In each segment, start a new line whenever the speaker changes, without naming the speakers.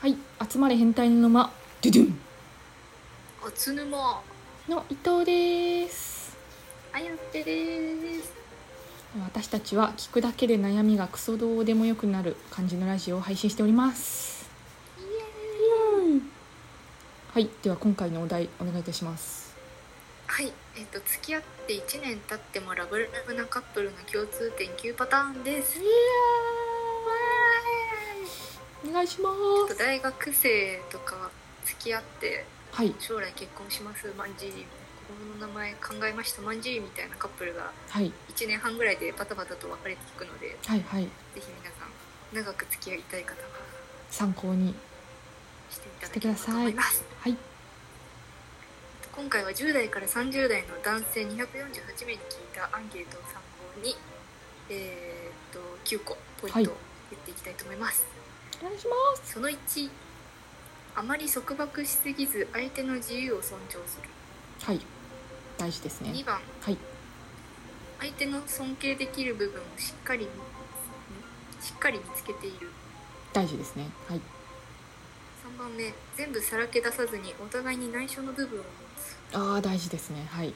はい集まれ変態の間ドゥドゥン
おつぬも
の伊藤です
あやってです
私たちは聞くだけで悩みがクソどうでもよくなる感じのラジオを配信しております
イエ
はいでは今回のお題お願いいたします
ーイはいえっ、と付き合って1年経ってもラブラブなカップルの共通点9パターンです
お願いしま
ちょっと大学生とか付き合って
はい
将来結婚しますマンジー子供の名前考えましたマンジーみたいなカップルが
はい
1年半ぐらいでバタバタと別れていくので
はいはい
ぜひ皆さん長く付き合いたい方は
参考に
していただければと思います
はい
今回は10代から30代の男性248名に聞いたアンケートを参考に、えー、と9個ポイントを言っていきたいと思います、
お願いします
その1あまり束縛しすぎず相手の自由を尊重する
はい大事ですね
2番、
はい
相手の尊敬できる部分をしっかりんしっかり見つけている
大事ですねはい
3番目全部さらけ出さずにお互いに内緒の部分を持
ああ大事ですねはい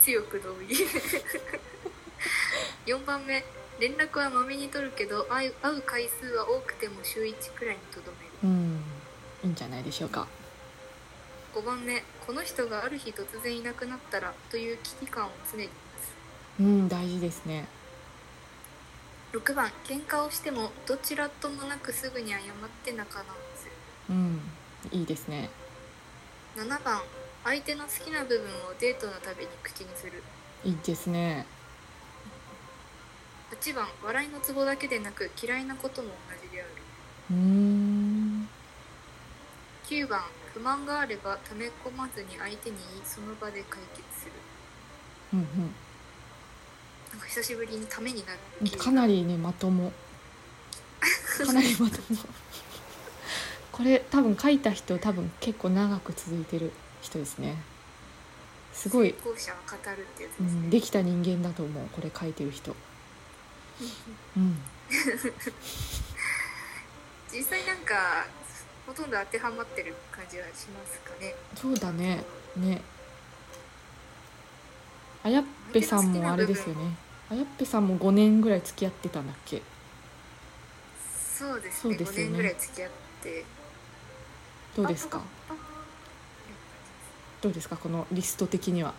つ強く同意 4番目連絡はまめに取るけど会う会う回数は多くても週1くらいにとどめる
うんいいんじゃないでしょうか
5番目この人がある日突然いなくなったらという危機感を常に
うん大事ですね
6番喧嘩をしてもどちらともなくすぐに謝って仲直りする
うんいいですね
7番相手の好きな部分をデートのたびに口にする
いいですね
8番笑いのツボだけでなく嫌いなことも同じである
うーん
9番不満があれば溜め込まずに相手に言いその場で解決する
うんうん
なんか久しぶりにためになる
かなりねまともかなりまと もこれ多分書いた人多分結構長く続いてる人ですねすごい、
後者は語るってやつ
う
ですね、
ん、できた人間だと思うこれ書いてる人うん
実際なんかほとんど当てはまってる感じはしますかね
そうだねねあやっぺさんもあれですよねあやっぺさんも5年ぐらい付き合ってたんだっけ
そうです
そう
ね
ですよね
5年ぐらい付き合って
どうですか
パッパッパッ
どうですかこのリスト的には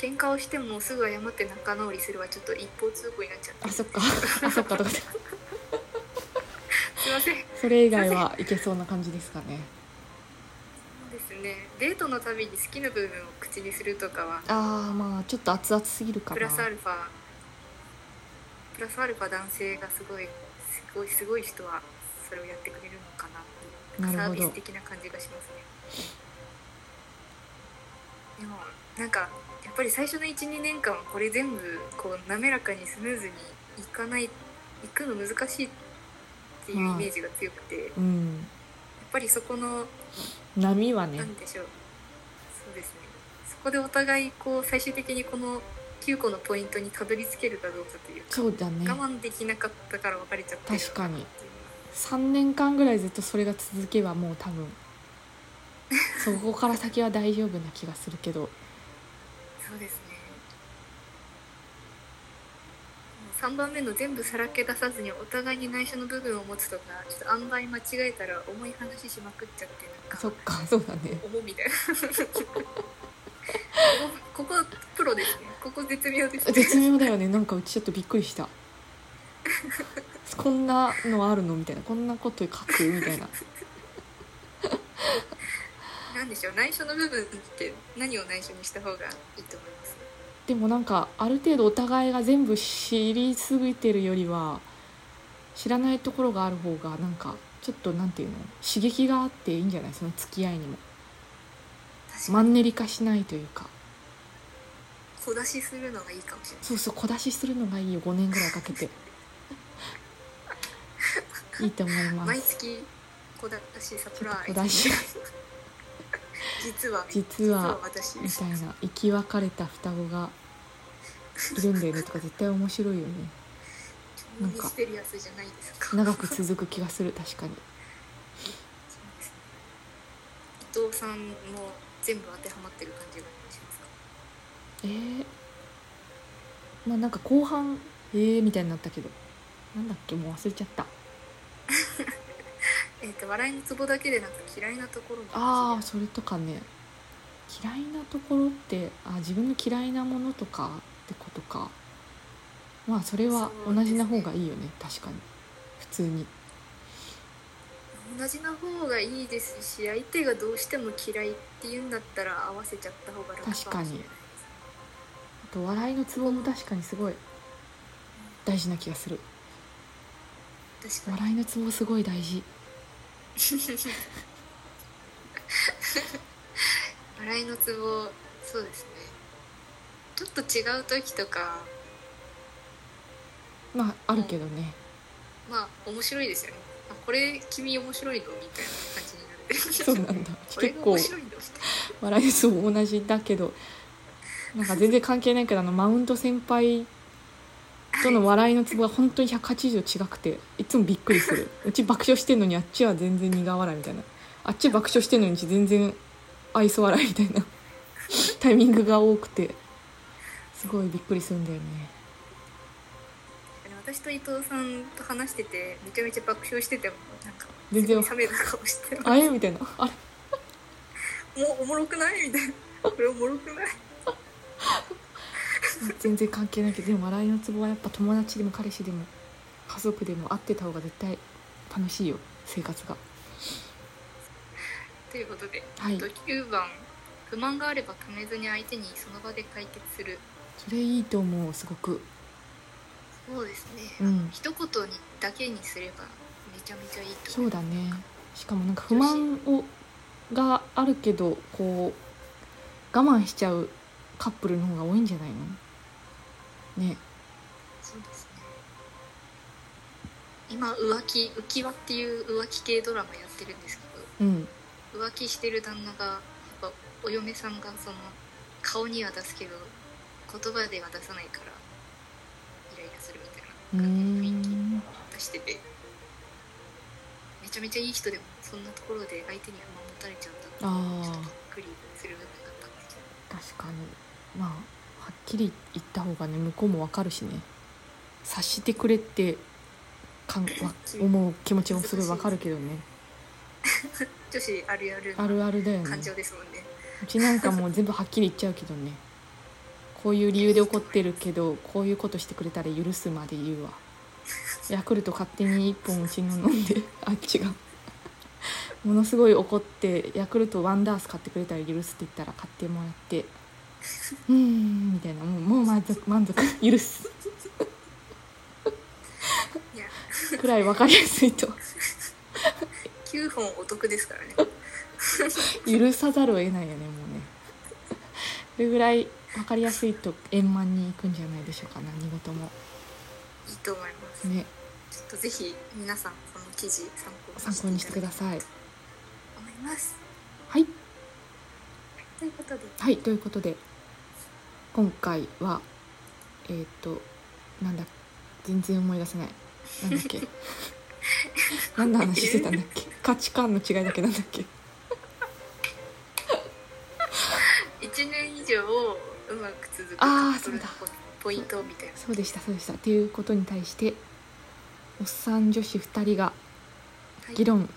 パうん喧嘩をしてもすぐ謝って仲直りするはちょっと一方通行になっちゃって
あそっかあそっか とかって
すいません
それ以外はいけそうな感じですかね
そうですねデートのたびに好きな部分を口にするとかは
ああまあちょっと熱々すぎるか
プ
な
ラスアルファプラスアルファ男性がすごいすごいすごい人はそれをやってくれるのかなっていう
なる
サ
ほ
ー
ど
ビス的な感じがしますねでもなんかやっぱり最初の12年間はこれ全部こう滑らかにスムーズにいかない行くの難しいっていうイメージが強くて、やっ
うん
ぱりそこの
波はね
なんでしょうそうですねそこでお互いこう最終的にこの9個のポイントにたどり着けるかどうかというか
そうだね
我慢できなかったから別れちゃった
確かに3年間ぐらいずっとそれが続けばもう多分そこから先は大丈夫な気がする けど
そうですね3番目の全部さらけ出さずにお互いに内緒の部分を持つとかちょっと塩梅間違えたら重い話しまくっちゃってなんか
そっかそうだ ね
重みたいなここここプロですねここ絶妙ですね
絶妙だよねなんかうちちょっとびっくりしたこんなのあるのみたいなこんなこと書くみたいな
なんでしょう内緒の部分って何を内緒にした方がいいと思います
でもなんかある程度お互いが全部知りすぎてるよりは知らないところがある方がなんかちょっとなんていうの刺激があっていいんじゃないその付き合いにも
確
マ
かに
ンネリ化しないというか
小出しするのがいいかもしれない
そうそう小出しするのがいいよ5年ぐらいかけていいと思いま
毎
す
月小出しサプライ
ちょっと小
ズ
出し
実は
実は
私
みたいな生き別れた双子がいるんだよねとか絶対面白いよねな
面
ん
ミ
か
ステリアスじゃないですか
長く続く気がする確かに
そうですね伊藤さんも全部当てはまってる感じがしますか
えー、まあなんか後半えー、みたいになったけどなんだっけもう忘れちゃった
えー、と笑いのツボだけでなく嫌いなところも
ああ
あ
それとかね嫌いなところってあ自分の嫌いなものとかってことかまあそれは
そう
同
です
じ
ね
な方がいいよね確かに普通に
同じな方がいいですし相手がどうしても嫌いって言うんだったら合わせちゃった方が楽かもしれないです
確かにあと笑いのツボも確かにすごい大事な気がする
確かに
笑いのツボすごい大事
笑いのツボそうですねちょっと違う時とか
まああるけどね、
まあ面白いですよねあこれ君面白いのみたいな感じになって
そうなん だ
これ
結
が
構
面白いのみたい
笑いそう同じだけどなんか全然関係ないけどあのマウント先輩
な
との笑いのツボが本当に180度違くていつもびっくりするうち爆笑してんのにあっちは全然苦笑いみたいなあっち爆笑してんのにうち全然愛想笑いみたいなタイミングが多くてすごいびっくりするんだよね
私と伊藤さんと話しててめちゃめちゃ爆笑しててもなんか
全然
すごい冷めた顔して
あれみたいなあれ
もうおもろくないみたいなこれおもろくない
全然関係ないけどでも笑いのツボはやっぱ友達でも彼氏でも家族でも会ってた方が絶対楽しいよ生活が
ということで、
はい
えっと9番不満があればためずに相手にその場で解決する
それいいと思うすごく
そうですね、
うん
一言にだけにすればめちゃめちゃいいと
そうだねしかもなんか不満をがあるけどこう我慢しちゃうカップルの方が多いんじゃないのね
そうですね今浮気浮き輪っていう浮気系ドラマやってるんです
う
け
ん
ど浮気してる旦那がやっぱお嫁さんがその顔には出すけど言葉では出さないからイライラするみた
う
い
ー
な感じの雰囲気
ん
出しててめちゃめちゃいい人でもそんなところで相手に不満持たれちゃうんだ
あ
ちょっとびっ
あ
くりする部分があったんですけど
確かにまあはっきり言った方がね向こうもわかるしね察してくれってかんわ思う気持ちもすごいわかるけどね
女子あるある
あるあるだよね
感情ですもんね
うちなんかもう全部はっきり言っちゃうけどねこういう理由で怒ってるけどこういうことしてくれたら許すまで言うわヤクルト勝手に1本うちの飲んであっちがものすごい怒ってヤクルトワンダース買ってくれたら許すって言ったら買ってもらってうーんみたいなもうもう満足満足許す
いや
くらい分かりやすいと
9本お得です からね
許さざるを得ないよねもう ねそれぐらい分かりやすいと円満にいくんじゃないでしょうか何事も
いいと思います、
ね
ちょっとぜひ皆さんこの記事参考
参考にしてくだ
い
さい
と思います
はい
ということで
はいということで今回はえっ、となんだ全然思い出せないなんだっ け何の話してたんだっけ価値観の違いだけなんだっけ
1年以上うまく続く
あー
カップルの
そう
ポイントみたいな
そうでしたそうでしたっていうことに対しておっさん女子2人が
はい
議論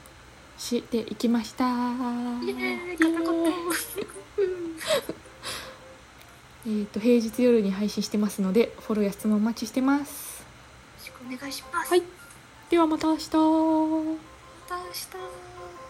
していきました、
イエーイ
イエ
片
ーイ
言
えー、と平日夜に配信してますのでフォローや質問お待ちしてます
よろしくお願いします。
はいではまた明日
また明日。